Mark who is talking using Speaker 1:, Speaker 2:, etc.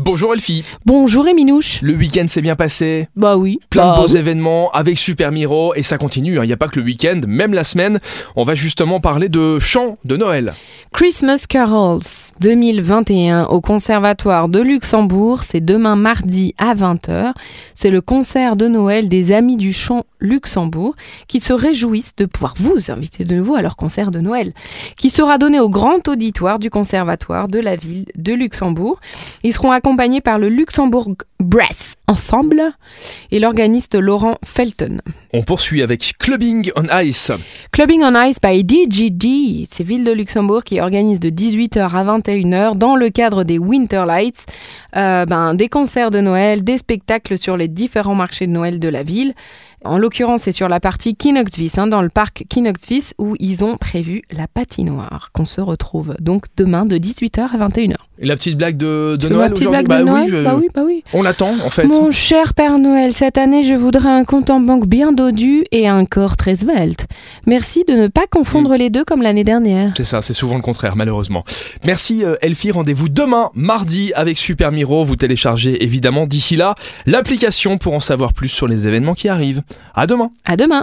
Speaker 1: Bonjour Elfie,
Speaker 2: Bonjour Minouche.
Speaker 1: le week-end s'est bien passé,
Speaker 2: Bah oui.
Speaker 1: plein
Speaker 2: Bah
Speaker 1: de beaux
Speaker 2: oui.
Speaker 1: événements avec Super Miro et ça continue, hein. il n'y a pas que le week-end, même la semaine, on va justement parler de chants de Noël.
Speaker 2: Christmas Carols 2021 au Conservatoire de Luxembourg, c'est demain mardi à 20h. C'est le concert de Noël des Amis du Chant Luxembourg qui se réjouissent de pouvoir vous inviter de nouveau à leur concert de Noël qui sera donné au grand auditoire du Conservatoire de la ville de Luxembourg. Ils seront accompagnés par le Luxembourg Brass Ensemble et l'organiste Laurent Felton.
Speaker 1: On poursuit avec Clubbing on Ice.
Speaker 2: Clubbing on Ice by DGD, c'est Ville de Luxembourg qui organise de 18h à 21h dans le cadre des Winter Lights euh, ben, des concerts de Noël, des spectacles sur les différents marchés de Noël de la ville. En l'occurrence, c'est sur la partie Kinoxvis, hein, dans le parc Kinoxvis, où ils ont prévu la patinoire, qu'on se retrouve donc demain de 18h à 21h.
Speaker 1: Et la petite blague de, de
Speaker 2: Tu veux ma
Speaker 1: Noël
Speaker 2: petite
Speaker 1: aujourd'hui
Speaker 2: blague de
Speaker 1: Bah oui,
Speaker 2: Noël
Speaker 1: je-
Speaker 2: Bah oui, bah oui.
Speaker 1: On l'attend en fait.
Speaker 2: Mon cher Père Noël, cette année, je voudrais un compte en banque bien dodu et un corps très svelte. Merci de ne pas confondre les deux comme l'année dernière.
Speaker 1: C'est ça, c'est souvent le contraire, malheureusement. Merci euh, Elfie, rendez-vous demain, mardi, avec Super Miro. Vous téléchargez évidemment d'ici là l'application pour en savoir plus sur les événements qui arrivent. À demain!
Speaker 2: À demain.